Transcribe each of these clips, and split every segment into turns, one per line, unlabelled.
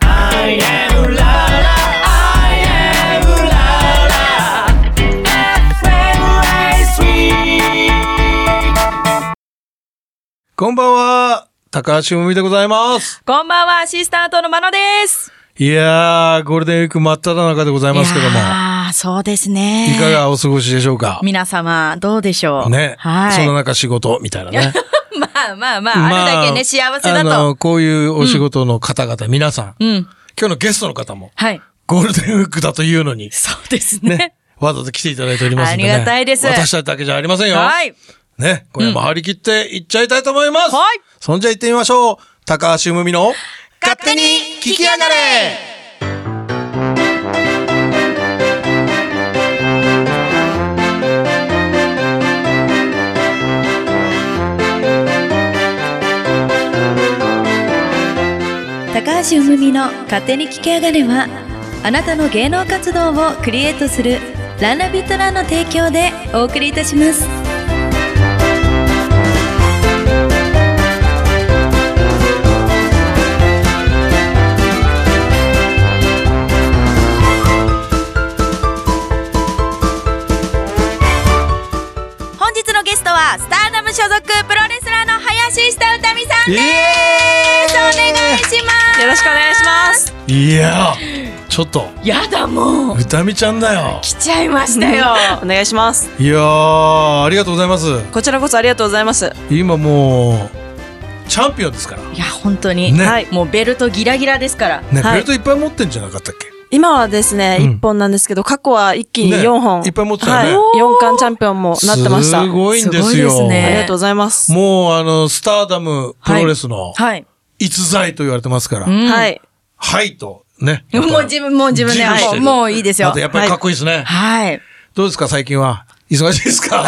I am la la I am la la FM
こんばんは、高橋文美でございます。
こんばんは、アシスタントのまのです。
いやー、ゴールデンウィーク真っ只中でございますけども、
ああ、そうですね。
いかがお過ごしでしょうか
皆様、どうでしょう
ね、
はい。
その中仕事みたいなね。
まあまあ まあ、
ま
あるだけね、幸せだ
あ
と。
の、こういうお仕事の方々、皆さ
う
ん、
ん。
今日のゲストの方も、
はい。
ゴールデンウィークだというのに、
そうですね。
ね、わざと来ていただいておりますんで、ね。
ありがたいです
私たちだけじゃありませんよ。
はい。
ね、これも張り切っていっちゃいたいと思います。
はい
そんじゃ行ってみましょう。高橋文美の、
勝手に聞きやがれ
高橋うむみの勝手に聞き上がれはあなたの芸能活動をクリエイトするランナビットランの提供でお送りいたします
本日のゲストは、スターダム所属プロレスラーの林下歌美さん
イ
で
エ
す。お願いします。よろしくお願いします。
ーイいやー、ちょっと、
やだ、もう。
歌美ちゃんだよ。
来ちゃいましたよ。
お願いします。
いやー、ありがとうございます。
こちらこそありがとうございます。
今もう、チャンピオンですから。
いや、本当に。
ね
はい。もうベルトギラギラですから。
ね、
はい
ベルトいっぱい持ってんじゃなかったっけ
今はですね、
うん
一1本なんですけど、過去は一気に
ね
4本。
いっぱい持ってたよね
はい。4冠チャンピオンもなってました。
すごいんですよ。
すごいです
あ
ね
りがとうございます。
もう、あの、スターダムプロレスの
はい。
逸材と言われてますから。
うん
はい。
はい、と。ね。
もう自分、もう自分で、
自負して
もう
る
もういいですよ
あと、。やっぱりかっこいいですね。
はい。
どうですか、最近は。忙しいで すか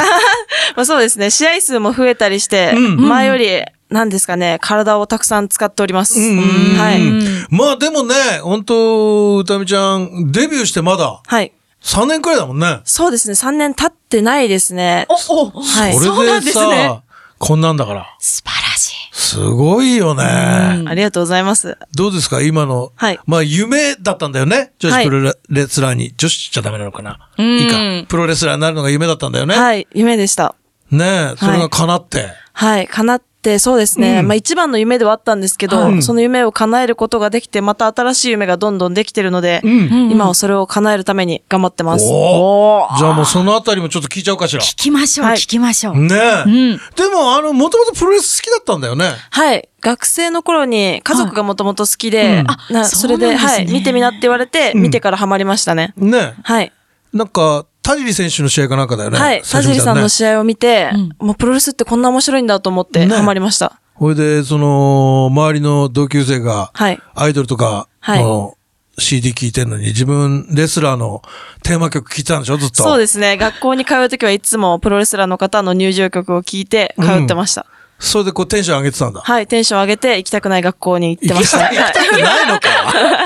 まあそうですね、試合数も増えたりして、
うん
前より、なんですかね、体をたくさん使っております。
うん
はい。
まあでもね、本当歌美ちゃん、デビューしてまだ
はい。
3年くらいだもんね。
そうですね、3年経ってないですね。
お、お、
はい。
これでさ、こんなんだから。
素晴らしい。
すごいよね。
ありがとうございます。
どうですか今の。
はい
まあ、夢だったんだよね。女子プロレスラーに。女子じゃダメなのかな。いいか。プロレスラーになるのが夢だったんだよね。
はい、夢でした。
ねえ、それが叶って。
はい、叶って、そうですね。まあ一番の夢ではあったんですけど、
うん
その夢を叶えることができて、また新しい夢がどんどんできてるので、
ん
今はそれを叶えるために頑張ってます。
おーじゃあもうそのあたりもちょっと聞いちゃおうかしら。
聞きましょう、
はい
聞きましょう。
ねえ。
うん
でも、あの、もともとプロレス好きだったんだよね。
はい。学生の頃に家族がもともと好きで、
うん
な
あ
それで
そうなんです
は
ね
い、見てみなって言われて、見てからハマりましたね。
ね
はい。
え。なんか、田尻選手の試合かなんかだよね。
はい。田尻さんの
合。
試合を見て、もうプロレスってこんな面白いんだと思って
ね
ハマりました。
ほいで、その、周りの同級生が、
はい
アイドルとかの CD 聞いてんのに、自分、レスラーのテーマ曲聞いてたんでしょずっと。
そうですね。学校に通うときはいつもプロレスラーの方の入場曲を聞いて通ってました。
それでこうテンション上げてたんだ。
はい、テンション上げて行きたくない学校に行ってました。
行きたくないのか。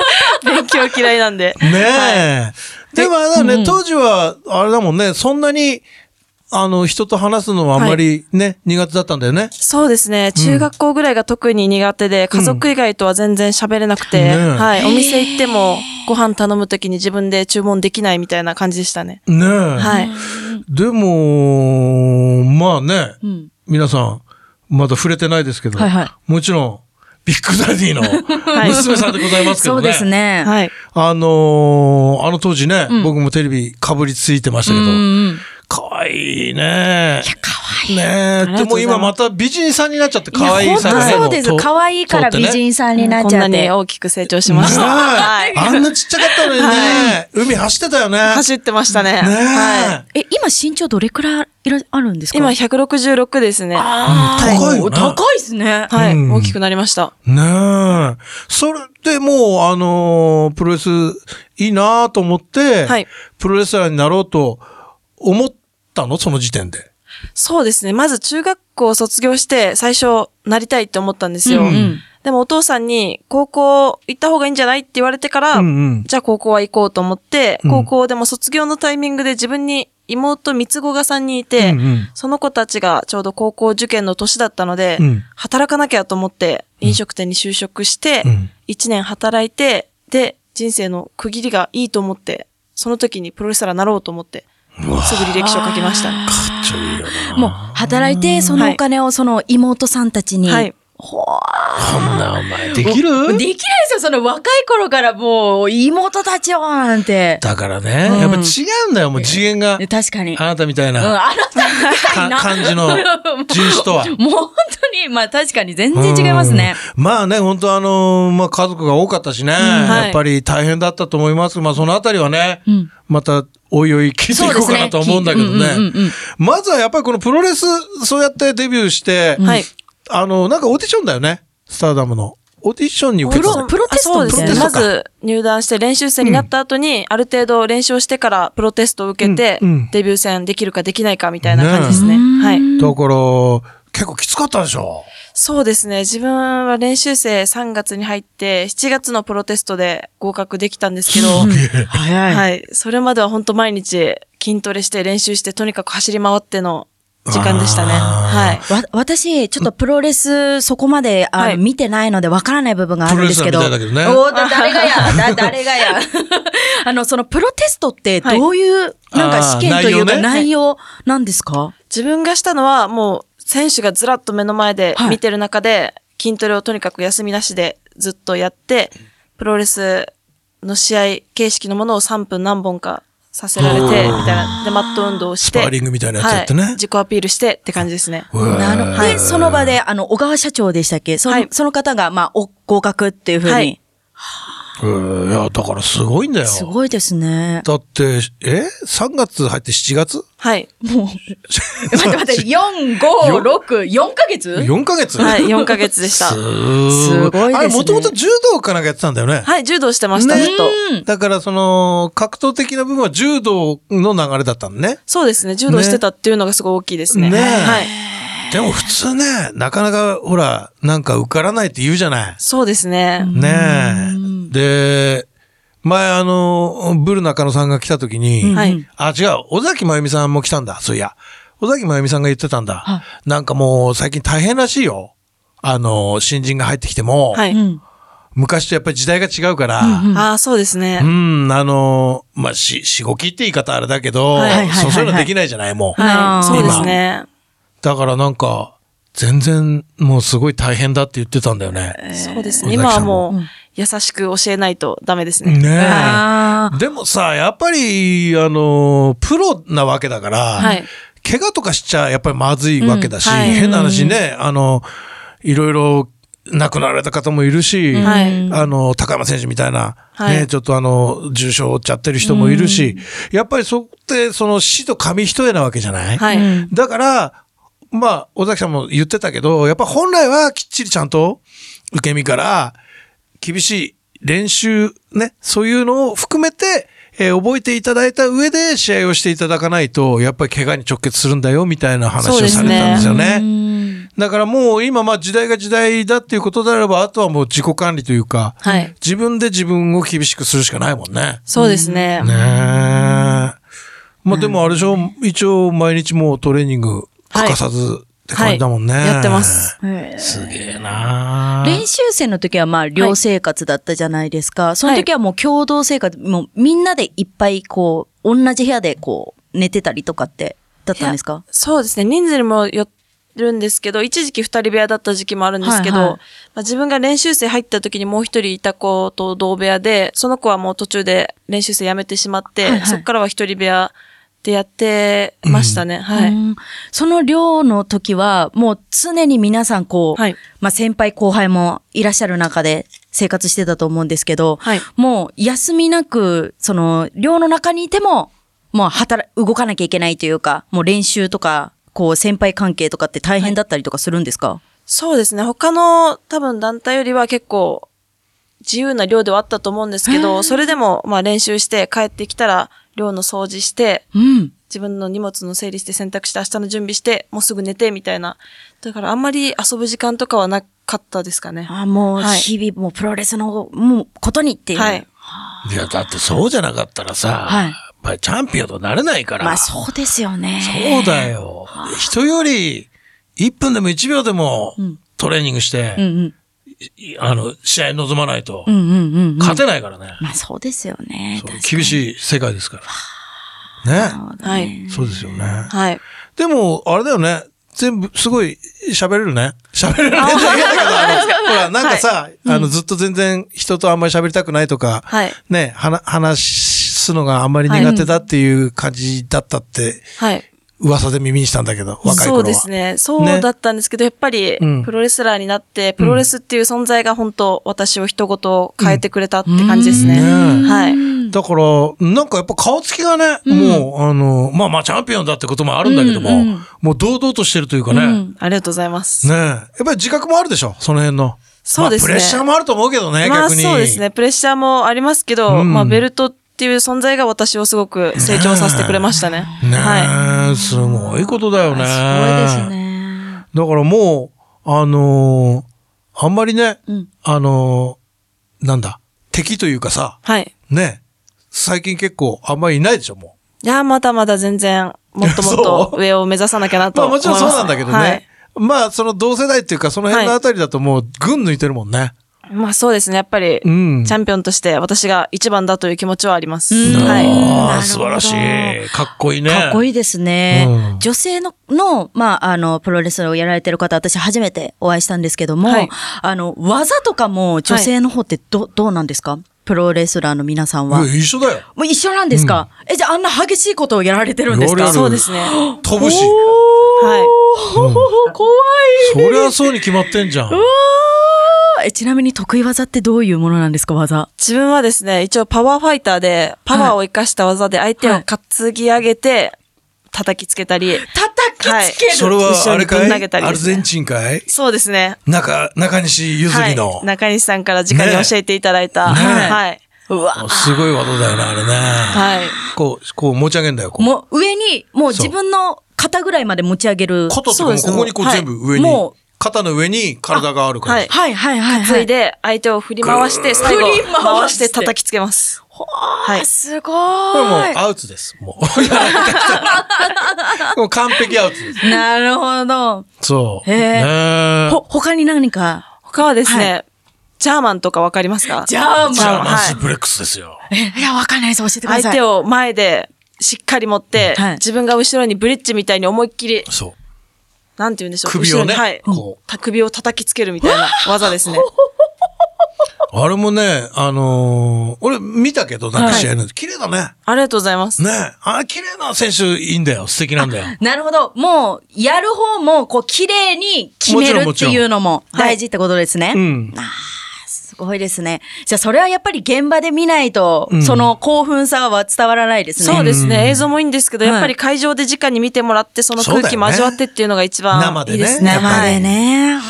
勉強嫌いなんで。
ねえ。でもあれだね、当時は、あれだもんね、そんなに、あの、人と話すのはあんまりね、苦手だったんだよね。
そうですね。中学校ぐらいが特に苦手で、家族以外とは全然喋れなくて、
ねえ
はい。お店行っても、ご飯頼むときに自分で注文できないみたいな感じでしたね。
ねえ。
はい。
でも、まあね、
ん
皆さん、まだ触れてないですけど、
はいはい
もちろん、ビッグダ ディの
い
娘さんでございますけど
そ
ね。
うです。ね。
はい。
あのーあの当時ね、僕もテレビかぶりついてましたけど、
うん。
かわいいね。
かわいい。
ね
り
え、
が
で
とうご
も
ざいま
今
す
また美人さんになっちゃって、
いや
可愛い
本
さが
当
ね。
そうです。
もうと
可愛いから美人さんになっ
こん
ちゃ
な
っ
に
て。
大きく成長しました。は
ねえ。
い
あんなちっちゃかったのにね、海走ってたよね。
走ってましたね。
ねえ、
はい。
え、今身長どれくらいいらあるんですか
今、166ですね。は
はい
高いよね
高いですね。
い。
うん
大きくなりました。
ねえ。それでもう、あのープロレスいいなと思って、
はい
プロレスラーになろうと思ったのその時点で。
そうですね。まず中学校を卒業して、最初、なりたいって思ったんです
う
よ。
んうん
でもお父さんに、高校行った方がいいんじゃないって言われてから、
うんうん
じゃあ高校は行こうと思って、
うん
高校でも卒業のタイミングで自分に妹三つ子が3人いて、
うんうん
その子たちがちょうど高校受験の年だったので、
うん
働かなきゃと思って飲食店に就職して、
うん
1年働いて、で、人生の区切りがいいと思って、その時にプロレスラーになろうと思って、すぐ履歴書を書きましたね。
っちょいいよな。
もう働いて、そのお金をその妹さんたちに。
はい。
ほー
こんなお前でき
で
る
きないですよ、その若い頃からもう妹たちをなんて。
だからね、やっぱ違うんだよ、もう次元が。
確かに。
あなたみたい
うん、
な、
あなたみたいな。
か感 じの人種とは。
もう本当に、まあ確かに全然違いますね。
うん。まあね、本当あのーまあ家族が多かったしね、
はい
やっぱり大変だったと思います。まあそのあたりはね、
うん
またおいおい聞いていこうかなと思うんだけどね。
そうですね聞いうんうんうん
まずはやっぱりこのプロレス、そうやってデビューして、
はい。
あの、なんかオーディションだよね、スターダムの。オーディションに受けた
プロプロテスト
あそう
み
です
たい
ね。
な
まず入団して練習生になった後に、ある程度練習をしてからプロテストを受けて、
うんうん
デビュー戦できるかできないかみたいな感じですね。
ね
はい。
だから、結構きつかったでしょ。
そうですね。自分は練習生3月に入って、7月のプロテストで合格できたんですけど、
早
はい。それまでは本当毎日筋トレして練習して、とにかく走り回っての時間でしたね。はい。
わ、私、ちょっとプロレス、そこまで、あの、
はい
見てないので、わからない部分があるんですけど。
プロレスラーみたいだけどね
おーだ誰が や、だ誰がや。 あの、そのプロテストって、
はい
どういう、なんか試験という
あ
か、
ー
内容なんですか
自分がしたのはもう選手がずらっと目の前で
はい
見てる中で、筋トレをとにかく休みなしでずっとやって、プロレスの試合形式のものを3分何本かさせられて、みたいな。で、マット運動をして。
スパーリングみたいなやつやってね
はい自己アピールしてって感じですね。
なるほど。で、その場で、あの、小川社長でしたっけその、
はい
その方が、まあ、お合格っていうふうに。
はい
えーいや、だからすごいんだよ。
すごいですね。
だって、え ?3 月入って7月
はい。
もう。 待って待 って、4、5、6、4ヶ月
?4 ヶ月
はい、4ヶ月でした。
す
すごいですね
あれ、もともと柔道かなんかやってたんだよね。
はい、柔道してました、
ね
ずっと。
だから、その、格闘的な部分は柔道の流れだったのね。
そうですね、柔道してたっていうのがすごい大きいですね。
ね
はい。
でも普通ね、なかなか、ほら、なんか受からないって言うじゃない。
そうですね。
ねえ。で、前あの、ブル中野さんが来た時に、
はい
あ、違う、尾崎真由美さんも来たんだ、そういや。尾崎真由美さんが言ってたんだ。
は
なんかもう最近大変らしいよ。あの、新人が入ってきても、
はい。
うん。
昔とやっぱり時代が違うから、
ああ、そうですね
うん、。あの、まあ、し、しごきって言い方あれだけど、
はいはい
はいはい
そうそういうのできないじゃない、もう。
はい。そうですね。
だからなんか、全然、もうすごい大変だって言ってたんだよね。
そうです
尾
ね。
崎
今
さ
は
んも
もう、優しく教えないとダメですね。
ねえ。
あ
でもさ、やっぱり、あの、プロなわけだから、
はい
怪我とかしちゃやっぱりまずいわけだし、
うんはい
変な話ね、あの、いろいろ亡くなられた方もいるし、
はい
あの、高山選手みたいな、
はい
ね、ちょっとあの、重傷を負っちゃってる人もいるし、やっぱりそこって、その死と紙一重なわけじゃない、
はい。
だから、まあ、尾崎さんも言ってたけど、やっぱ本来はきっちりちゃんと受け身から厳しい練習ね、そういうのを含めて、えー覚えていただいた上で試合をしていただかないと、やっぱり怪我に直結するんだよ、みたいな話をされたんですよね。だからもう今、まあ時代が時代だっていうことであれば、あとはもう自己管理というか、
はい。
自分で自分を厳しくするしかないもんね。
そうですね。
ねえ。まあでもあれでしょ、一応毎日もうトレーニング欠かさずって感じだもんね。
はいやってます。
すげえな
練習生の時はまあ寮生活だったじゃないですか。その時はもう共同生活、もうみんなでいっぱいこう、同じ部屋でこう、寝てたりとかって、だったんですか
そうですね。人数にもよるんですけど、一時期二人部屋だった時期もあるんですけど、
はいはい
まあ、自分が練習生入った時にもう一人いた子と同部屋で、その子はもう途中で練習生辞めてしまって、
はいはい
そこからは一人部屋でやってましたね。は
う
い。
んその寮の時は、もう常に皆さんこう、
はい
まあ先輩後輩もいらっしゃる中で生活してたと思うんですけど、
はい
もう休みなく、その寮の中にいても、もう働、動かなきゃいけないというか、もう練習とか、こう先輩関係とかって大変だったりとかするんですか、
そうですね。他の多分団体よりは結構自由な量ではあったと思うんですけど、それでもまあ練習して帰ってきたら寮の掃除して、
うん。
自分の荷物の整理して洗濯して明日の準備してもうすぐ寝てみたいな。だからあんまり遊ぶ時間とかはなかったですかね。
あもう
はい
日々もうプロレスのもうことにっていう。
はい。
いや、だってそうじゃなかったらさ、
はい
やっぱりチャンピオンとなれないから。
まあそうですよね。
そうだよ。人より1分でも1秒でもトレーニングして、
うんうん。
いあの、試合に臨まないと
う、んうんうんうん。
勝てないからね。
まあそうですよね。
そう
確かに
厳しい世界ですから。ね。
は
はい。
い。
そうですよね。
はい。
でも、あれだよね。全部、すごい、喋れるね。喋れるねって言うんだけど、あのほら、なんかさ、あの、ずっと全然人とあんまり喋りたくないとか、
はい
ね、はな話すのがあんまり苦手だっていう感じだったって、
はい。
噂で耳にしたんだけど、若い頃は。
そうです。ね。そうだったんですけど、やっぱり
うん、
プロレスラーになって、プロレスっていう存在が本当、私を一言変えてくれたって感じですね。
うんね
はい。
だから、なんかやっぱ顔つきがね、もう、あの、まあまあチャンピオンだってこともあるんだけども、
うんうん
もう堂々としてるというかね、ね
ありがとうございます。
えやっぱり自覚もあるでしょ、その辺の。
そうですね
まあ、プレッシャーもあると思うけどね、
まあ
逆に。
そうですね。。プレッシャーもありますけど、
うん
まあベルトっていう存在が私をすごく成長させてくれましたね。
ねえ、
は
すごいことだよね。
すごいです。ね。
だからもう、あのーあんまりね、
うん
あのーなんだ、敵というかさ
い。、はい。
ねえ、最近結構あんまりいないでしょ、もう。
いや、まだまだ全然、もっともっと
そう
上を目指さなきゃなと
まあ
思い
も
ます
ち、ろんそうなんだけどね。
はい
まあその同世代っていうかその辺のあたりだともう群抜いてるもんね。
まあそうですね。やっぱり、
うん。
チャンピオンとして私が一番だという気持ちはあります。
うん
はい。
あ
う
あ、
ん
素晴らし
なる
い。かっこいいね。
かっこいいですね。
うん
女性の、の、まあ、あの、プロレスをやられてる方、私初めてお会いしたんですけども、
はい
あの、技とかも女性の方ってど、どうなんですかプロレスラーの皆さんは。
うん一緒だよ。
もう一緒なんですか、え、じゃああんな激しいことをやられてるんです
やら
か
れる
そうですね。は
飛ぶし。
い。
おー怖い。
そりゃそうに決まってんじゃん。
あえ、ちなみに得意技ってどういうものなんですか技。
自分はですね、一応パワーファイターで、パワーを生かした技で相手を担ぎ上げて、叩きつけたり、
叩きつける、
それはあれか
一緒にぶん投
い
げたり
ア
で
ル
すね
ゼンチンかい
そうですね。
中、中西ゆず
は
り
い
の。。
中西さんから直に教えていただいた。
ねね
はい。
うわ。
すごい技だよね、あれね。
はい。
こう、こう持ち上げんだよ、こう。
もう上に、もう自分の肩ぐらいまで持ち上げる。
肩と
そう
か
で
も
すね
ここにこう
はい
全部上に
も。
肩の上に体がある感
は
じ
い。。
はいはいはい、は
つ
い。
いで、相手を振り回して、最後、
振り回して
回して叩きつけます。はい。
すご
これもう
ーい。
アウツです。もう。 やられた人もう完璧アウツです。
なるほど。
そう。
へえ
ねえ
ほ、他に何か。
他はですね、ジャーマンとかわかりますか
ジャーマン
ジャーマン
は
ス
い
ープレックスですよ。
え、いや、わかんないです。教えてくだ
相
さい。
手を前でしっかり持って、
はい
自分が後ろにブリッジみたいに思いっきり、
そう。
なんて言うんでしょう。
首をね
後ろにはい
こう。
た首を叩きつけるみたい な技ですね。
あれもね、あのー俺見たけど、なんか試合の、綺麗だね。
ありがとうございます。
ねえあ、綺麗な選手いいんだよ。素敵なんだよ。
なるほど。もう、やる方も、こう、綺麗に決める
も
っ
ち
て
ろんもちろん
いうのも大事ってことですね。
うん。
すごいですね。じゃあ、それはやっぱり現場で見ないと、
ん
その興奮さは伝わらないですね。
そうですね。映像もいいんですけど、
はい
やっぱり会場で直に見てもらって、その空気も
そうだよね
味わってっていうのが一番
生でね
いいですね。
生
はい
でね。わ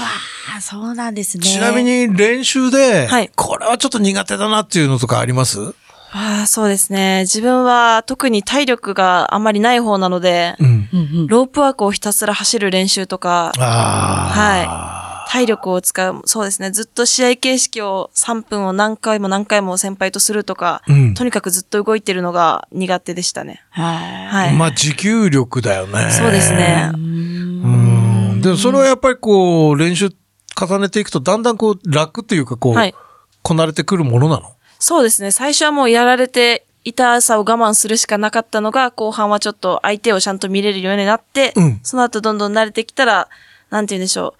あ、そうなんですね。
ちなみ。に練習で、
はい
これはちょっと苦手だなっていうのとかあります
ああ、そうですね。自分は特に体力があんまりない方なので、
うん。
うんうん。
ロープワークをひたすら走る練習とか、
ああ。
体力を使う、そうですね。ずっと試合形式を3分を何回も何回も先輩とするとか、
うん
とにかくずっと動いてるのが苦手でしたね。
は
はい。
まあ、持久力だよね。
そうですね。
うん。でもそれはやっぱりこう、練習重ねていくと、だんだんこう、楽というか、こう、
はい
こなれてくるものなの。
そうですね。最初はもうやられて痛さを我慢するしかなかったのが、後半はちょっと相手をちゃんと見れるようになって、
うん
その後どんどん慣れてきたら、なんて言うんでしょ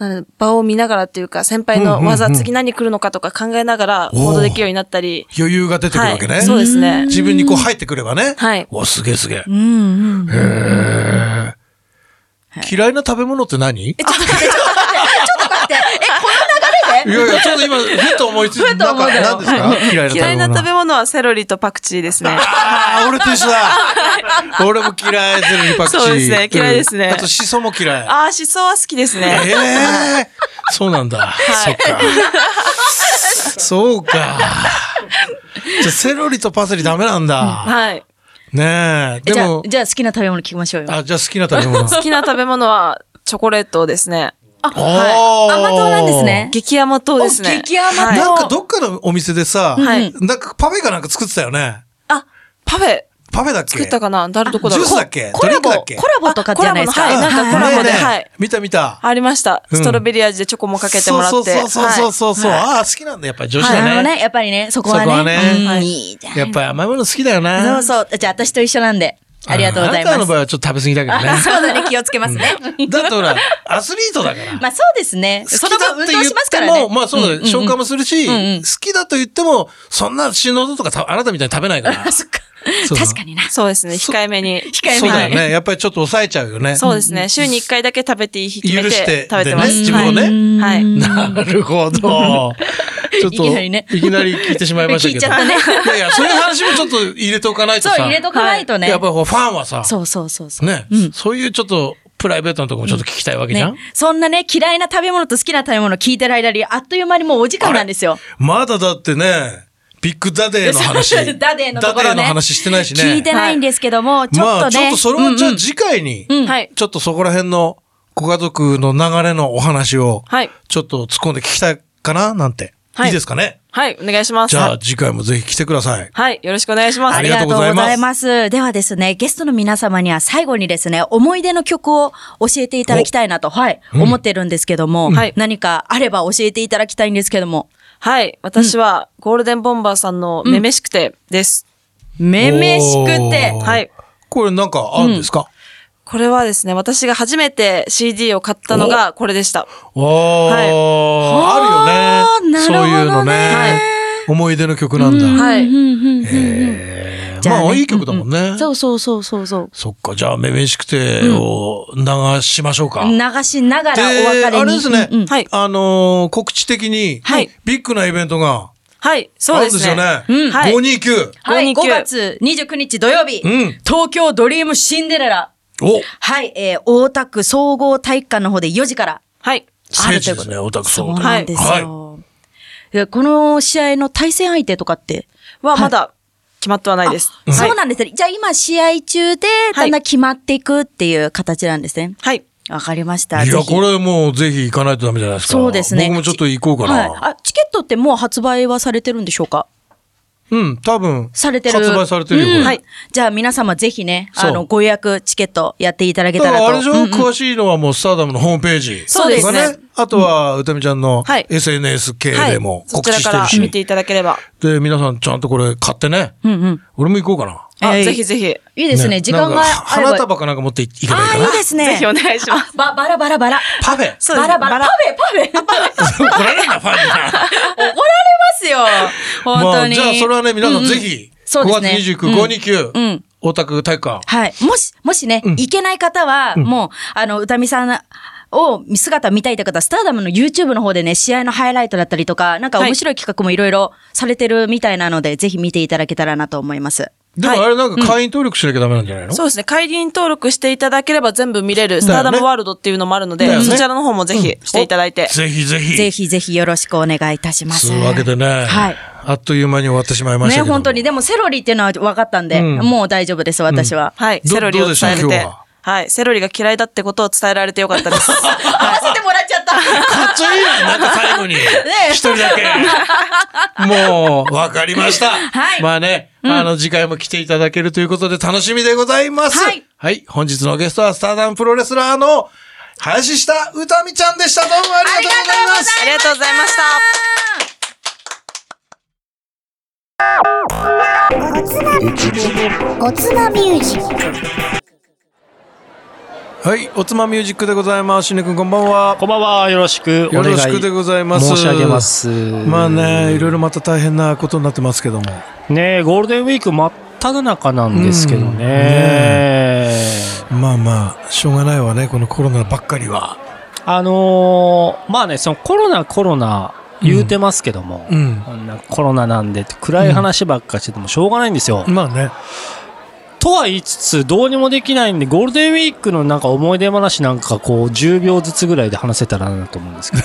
う。なん場を見ながらっていうか、先輩
うんうん
の
うん
技、次何来るのかとか考えながら行動できるようになったり。
余裕が出てくる
は
わけね。
い。そうですね。
自分にこう入ってくればね。
はい
お、すげえすげえ。
い。 うんうん。
嫌いな食べ物って何い
え、ちょっと待って、ちょっと待って、ちょっと待って。え、この流れで
やいや、ちょっと今、ふっと思いついて、なんか、何ですか嫌いな食べ物。
嫌いな食べ物はセロリとパクチーですね。
ああ、俺と一緒だ。俺も嫌い、セロリパクチー。
そうですね嫌いですね
うんあと、シソも嫌い。
ああ、シソは好きです
え
ね。
えそうなんだ。そっか。そうか。じゃあ、セロリとパセリダメなんだ。
はい。
ねえ。
え
で
じゃあ
も、
じゃあ好きな食べ物聞きましょうよ。
あ、じゃあ好きな食べ物。
好きな食べ物はチョコレートですね。
おー
甘党なんですね
激甘党ですね。
お激甘党
はい
なんかどっかのお店でさ、
はい
なんかパフェかなんか作ってたよね。
あ、パフェ。
パフェだっけ
作ったかな誰どこだろう
ジュースだっけ
コラボ、
ドリンクだっけ
コラボとかじゃないですか。
あコラボのはいなんかコラボで
ねえねえ
はい
見た見た。
ありました。
うん
ストロベリー味でチョコもかけてもらって。
そうそうそうそう
う。
そうそう。ああ、好きなんだ、やっぱり女子
あ
だ
の
ね。
ね、やっぱりね、そこはね。
そこはね
う
は
ん、
い
いいじゃん。
やっぱり甘いもの好きだよな。
そうそう。じゃあ、私と一緒なんで。ありがとうござい
あなた
ま
の
す
場合。はちょっと食べ過ぎだけどね。
あそうだね、気をつけますね。
だってほら、アスリートだ から。
まあそうですね。
好き
その
だっ
分運
て言
動
っ
しますか
て
らね。
も、まあそうだね、消化もするし、
うんうん
好きだと言っても、そんな死ぬ音とかたあなたみたいに食べないから。
あ、 そっか。
そう
確かにな。
そうですね。控えめに。控
そうだよね。やっぱりちょっと抑えちゃうよね。
そうですね。週に1回だけ食べていい日決め
許して
て食べてます。
でね自分をね
はいはい。
な るほど。ちょ
い
っと、
きなりね
いきなり聞いてしまいました
聞
けど。
いちゃったね
いやいや、そういう話もちょっと入れておかないと
そう
さ。、
入れとかないとね。
やっぱりこうファンはさ、
そうそうそうそう。
ね、そういうちょっとプライベートなとこもちょっと聞きたいわけじゃん、
ね、そんなね、嫌いな食べ物と好きな食べ物聞いてる間に、あっという間にもうお時間なんですよ。。
まだだってね、ビッグダデーの話
ダデーのところね。
ダデーの話してないしね。
聞いてないんですけども、ちょっ
ま
と
あ、ちょっ
ね。
とそれはじゃあ次回に、
はい。
ちょっとそこら辺のご家族の流れのお話を、
はい。
ちょっと突っ込んで聞きたいかななんて。、
はいい
いですかね。
はい。お願いします。
じゃあ次回もぜひ来てください。
はい。よろしくお願いします。
あ
あ
り
り
が
が
と
と
う
う
ご
ご
ざ
ざ
い
い
ます
ます。ではですね、ゲストの皆様には最後にですね、思い出の曲を教えていただきたいなと、はい、思ってるんですけども、
はい
何かあれば教えていただきたいんですけども、
はい。私は、ゴールデンボンバーさんのめめしくてです。
めめしくて
お、ー
はい。
これなんかあるんですか、
これはですね、私が初めて CD を買ったのがこれでした。
おーあるよね。
はあ
そうい
な
うのね、
るほどね
思い出の曲なんだ。
はい。
えー
じゃあね
まあいい曲だもんね。
そうそうそうそうそう。
そっか、じゃあ、めめしくてを流しましょうか。
流しながらお別れ
で、
に。
あれですね、
うんうん
はい
あのー告知的に、
はい
ビッグなイベントが
はい。そ
あ
う
る
で
んですす
ね。
よね。
うんはい
529。
はい、
529
5月29日土曜日、
うん
東京ドリームシンデレラ。
お
はい、えー、大田区総合体育館の方で4時から
はい。
あ
聖
るというこ
地です
と
ね、オタクソ
そ
ー
う
で
なんです
はい
よ。でこの試合の対戦相手とかって、
は、まだ決まってはないです。
あそう
はい
なんですね。じゃあ今試合中で、だんだん決まっていくっていう形なんですね。
はい。
わかりました。
い
ぜ
や、
ひ
これもうぜひ行かないとダメじゃないですか。
そうですね。
僕もちょっと行こうかな。
はいあ、チケットってもう発売はされてるんでしょうか
うん、多分。
されてる。
発売されてるよ、これ。
うん
はい。
じゃあ皆様ぜひね、
そう
あの、ご予約、チケットやっていただけ
だ
た
からら
と。
あれでしょ、
うん
詳しいのはもうスターダムのホームページ。
そうですね
とかあとは、うたみちゃんの
はい
SNS 系でも
そ
告
ち
知し
らか
て
ら
るし。
見ていただければ。
で、皆さんちゃんとこれ買ってね。
うんうん。
俺も行こうかな。
あ、
えー
ぜひぜひ。ぜ
いいですね。時間が
なんか
あれば。
花束かなんか持っていけばいい
あ
か
あ、
ない
い。ですね。
ひお願いします。
ば、バラバラバラ。
パ フェ。
そうで
バ
す
ラバラ。パ
バラ
フェ、パフェ。パフェ
怒られるな、ファンに
怒
な。
られますよ。本
ま
当
あ、
に。
じゃあ、それはね、皆さんぜ
うんうん
ひ、
そうですね
5月
うん
29、
う
529
ん、
大田区体育館。
はい。もし、もしね、行けない方は、もう、あの、歌見さんを、姿見たいという方は、スターダムの YouTube の方でね、試合のハイライトだったりとか、なんか
はい
面白い企画もいろいろされてるみたいなので、ぜひ見ていただけたらなと思います。
でも、あれなんか会員登録しなきゃダメなんじゃないの
そうですね。会員登録していただければ全部見れる、スターダムワールドっていうのもあるので、
だよね
そちらの方もぜひしていただいて。
ぜひぜひ。
ぜひぜひよろしくお願いいたします。
そういうわけでね、
はい。
あっという間に終わってしまいましたけ
ね、
ども。
本当に。でも、セロリっていうのは分かったんで、
うん
もう大丈夫です、私は。
はい。
ど
セロリを
どうでした
伝えれ
今日
て
は。
はい。セロリが嫌いだってことを伝えられてよかっ たです。
合わせてもらっちゃった。
かっちょいいな、なんか最後に。一人だけ。もう、わかりました。
はい
まあね、あの、次回も来ていただけるということで楽しみでございます。
はい。
本日のゲストは、スターダムプロレスラーの、林下うたみちゃんでした。どうもありがとうございます。
ありがとうございました。
おつまミュージック
はい、おつまミュージックでございます。しねくんこんばんは。
こんばんは、よろしくお
よ
願い
ろしくでございます。
申し上げま。す。
まあね、いろいろまた大変なことになってますけども。
ねえゴールデンウィーク真っ只中なんですけど
うん
ね。
まあまあ、しょうがないわね、このコロナばっかりは。
あのーまあね、そのコロナコロナ言うてますけども、
うん。
こんなコロナなんでって暗い話ばっかしててもしょうがないんですよ。
まあね。
とは言いつつ、どうにもできないんで、ゴールデンウィークのなんか思い出話なんかこう、10秒ずつぐらいで話せたらなと思うんですけど、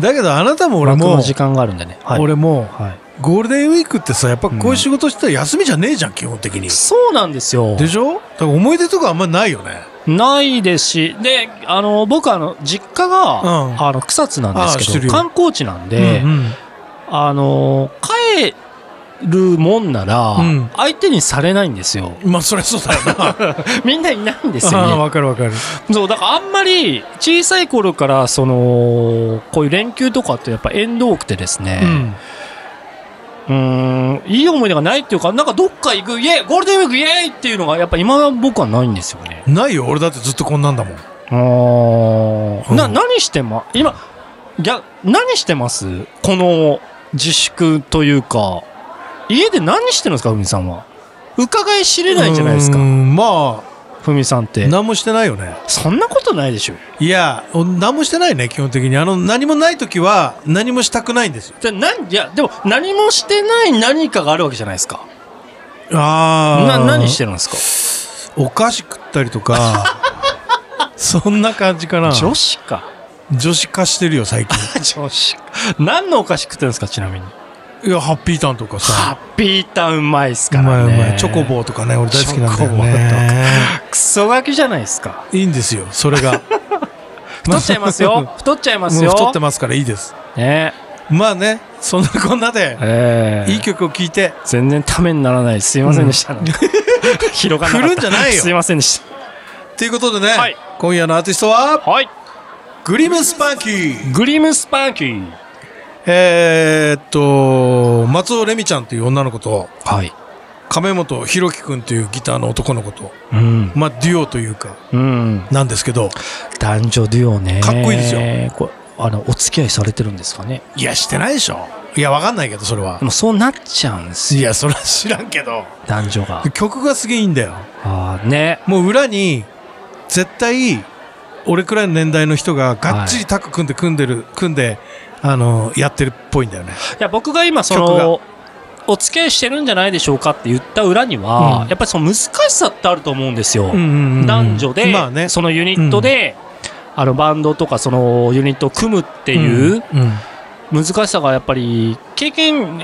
だけどあなたも 俺
楽
も
の、時間があるんでね。はい。
俺も、
はい、
ゴールデンウィークってさ、やっぱこういう仕事してたら休みじゃねえじゃん、基本的に。
そうなんですよ。
でしょだから思い出とかあんまないよね。
ないですし、で、あの、僕あの、実家が、
うん
あの、草津なん
ああ
で
知
す
って
け
る
ど、
よ
観光地なんで、
うんうん
あの、帰るもんなら、
ん
相手にされないんですよ。
まあ、そりゃそうだよな。
みんないないんですよ、
あ
ね
あ、。わかるわかる。
そうだからあんまり小さい頃からそのこういう連休とかってやっぱ縁遠くてです
う
ね、
ん。
うーん、いい思い出がないっていうかなんかどっか行くイエーイゴールデンウィークイエーイっていうのがやっぱ今は僕はないんですよね。
ないよ、俺だってずっとこんなんだもん。
あーな
うん
何してま今ぎゃ何してますこの自粛というか家で何してるんですかふみさんは。伺い知れないじゃないです
うー
か
んま
ふみさんっ
あ、
て。
何もしてないよね。
そんなことないでしょ。
いや、何もしてないね、基本的に。あの、何もない時は、何もしたくないんですよ。
じゃあなんいやでも何もしてない何かがあるわけじゃないですか。
あ
な何しててるんですか
お菓子食ったりと か、そんな感じかな。
女子か
女子化してるよ、最近。
女子か何のお菓子食ってるんですかちなみに
いや、ハッピーターンとか
ハ
さ。
ッピーターンうまいっす
う
から
ま
ね
いうまい。チョコボーとかね、俺大好きなんだよ
チョコ
ね。
クソガキじゃないですか
いいんですよ、それ が。
太っちゃいます よ太っちゃいます
もう
よ
太ってますからいいです。
ね
まあね、そんなこんなで、
ええ
いい曲を聴いて、
全然ためにならないすいませんでした、 広がらなか
振
った
るんじゃないよ
すいませんでした
ということでね、
はい
今夜のアーティストは、
はい
グリムスパンキー。
グリムスパーキー
えーっと、松尾レミちゃんという女の子と、
はい
亀本ひろきくんというギターの男の子と、
うん
まあ、デュオというか、
うん
なんですけど、
男女デュオね
かっこいいですよ
これあのお付き合いされてるんですかね
いや、してないでしょ。いや、わかんないけど、それは
で。もそうなっちゃうんです
い
よ
や、それは知らんけど。
男女が
曲がすげえいいんだよ。
ああね
もう裏に、絶対、俺くらいの年代の人ががっちりタッグ組んで組んでる、組んで、あの、やってるっぽいんだよね。
いや僕が今そのお付き合いしてるんじゃないでしょうかって言った裏には、
うん
やっぱりその難しさってあると思うんですよ、男
男
女で、
まあね。
そのユニットで、あのバンドとかそのユニットを組むっ
て
ていう
うん。うん
難しさがやっぱり経験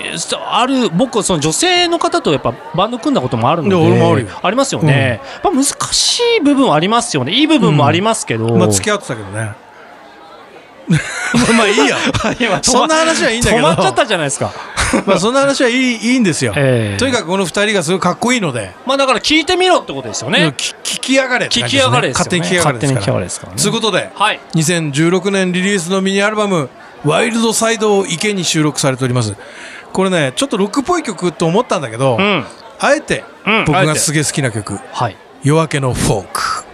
ある僕はその女性の方とやっぱバンド組んだこともあるので
いや俺もあるよ
りますよね、やっぱ難しい部分はありますよねいい部分もありますけど、
まあ付き合ってたけどね。 まあまあいいや。
今
そんな話はいいんだけど。
止まっちゃったじゃないで すか、
まあそんな話はいいいいんですよ。
ええ
とにかくこの二人がすごいかっこいいので、
まあだから聞いてみろってことですよね。
き聞きやがれって
聞
感
き
じです
や
ね、
がれですよ
勝手
ね。
に聞きやがれです
勝手に
か
聞きやがれ
ら。
ですからね。
ということで、
はい。
2016年リリースのミニアルバム、ワイルドサイドを池に収録されております。これね、ちょっとロックっぽい曲と思ったんだけど、
うん。
あえて
うん
僕
あえ
が
て
すげえ好きな曲、
はい。
夜明けのフォーク。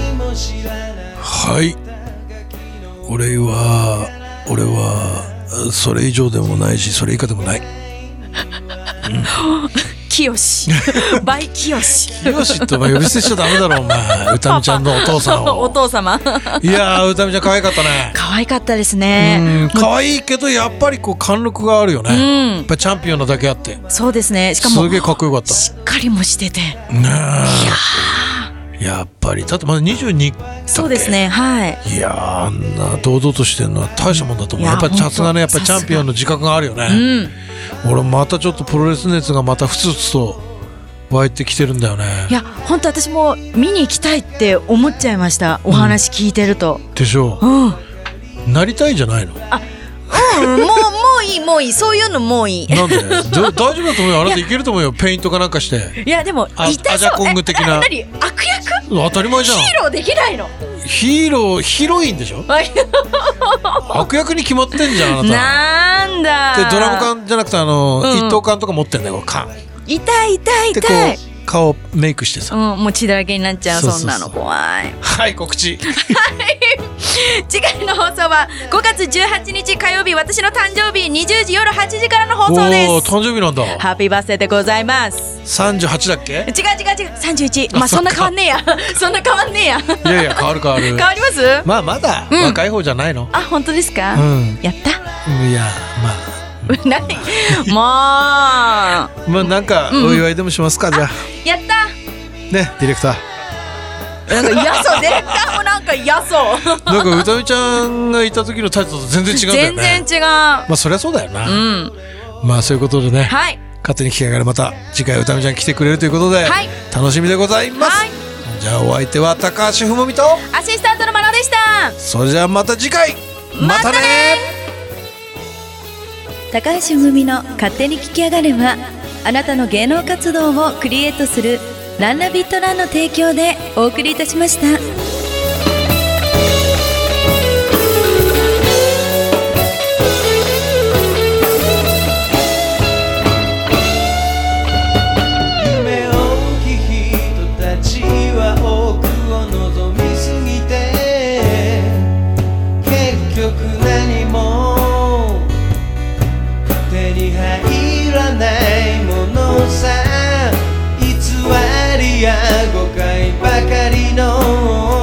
はい俺は俺はそれ以上でもないしそれ以下でもない
きよし。バイきよし。
よしってお前呼び捨てしちゃダメだろお前うたみちゃんのお父さん
お
を
父 様。
いやーうたみちゃん可愛かったね
可愛かったです
う
ね。
ん可愛いけどやっぱりこう貫禄があるよね、
う
や
ん
っ。ぱチャンピオンなだけあって
そうですね。しかも
す、げえかっこよかった
しっかりもしてて。
ねえやっぱりだってまだ22
そうですね。はい。
いやーあんな堂々としてるのは大したもんだと思う
い
や
や
っぱさすがねや
ほんと
っぱりチャンピオンの自覚があるよね、
うん。
俺またちょっとプロレス熱がまたふつふつと湧いてきてるんだよ
い
ね
や、本当私も見に行きたいって思っちゃいました。お話聞いてると。
でしょ
うん。うん、も
なりたいんじゃないのな
う、もういい、もういい。そういうのもういい。
んでだ大丈夫だと思うよあなたいけると思うよペイントかなんかして
いや、でも、
あ
痛そう。
アジャコング的な
ええ何悪役
当たり前じゃ
ヒーローできないの。
んヒーローヒロインでしょ悪役に決まってんじゃんあな
なん
た
だ。
でドラム缶じゃなくてあの、
うん
一等缶とか持ってんだよこう缶
痛い痛い
でこ
痛い。
う顔メイクしてさ、
うん、もう血だらけになっちゃう
そう
そ
そうそうん
なの怖い
はい告知
次回の放送は5月18日火曜日私の誕生日20時夜8時からの放送で
おー
す
誕生日なんだ
ハッピーバースデーでございます
38だっけ
違う違う違う31まあそんな変わんねえや そんな変わんねえや
いやいや変わる変わ る
変わります
まあまだ
うん
若い方じゃないの
あ本当ですか、
うん、
やった
いやまあ
何も
まあなんかお祝いでもしますか、じゃあ
うやった
ねディ レクター
なんか嫌そうディレクターもなんか嫌そう
なんか歌美ちゃんがいた時のタイトルと全然違うんだよ
全
ね
然違う
まあそりゃそうだよな、
うん
まあそういうことでね、
はい
勝手に聞きながらまた次回歌美ちゃん来てくれるということで、
はい
楽しみでございます、
はい
じゃあお相手は高橋文美と
アシスタントのまなでした
それじゃあまた次回またね
高橋むみの勝手に聞き上がれはあなたの芸能活動をクリエイトするランナビットランの提供でお送りいたしました。
夢をき人たちは奥を望みすぎて結局何も手に入らないものさ偽りや誤解ばかりの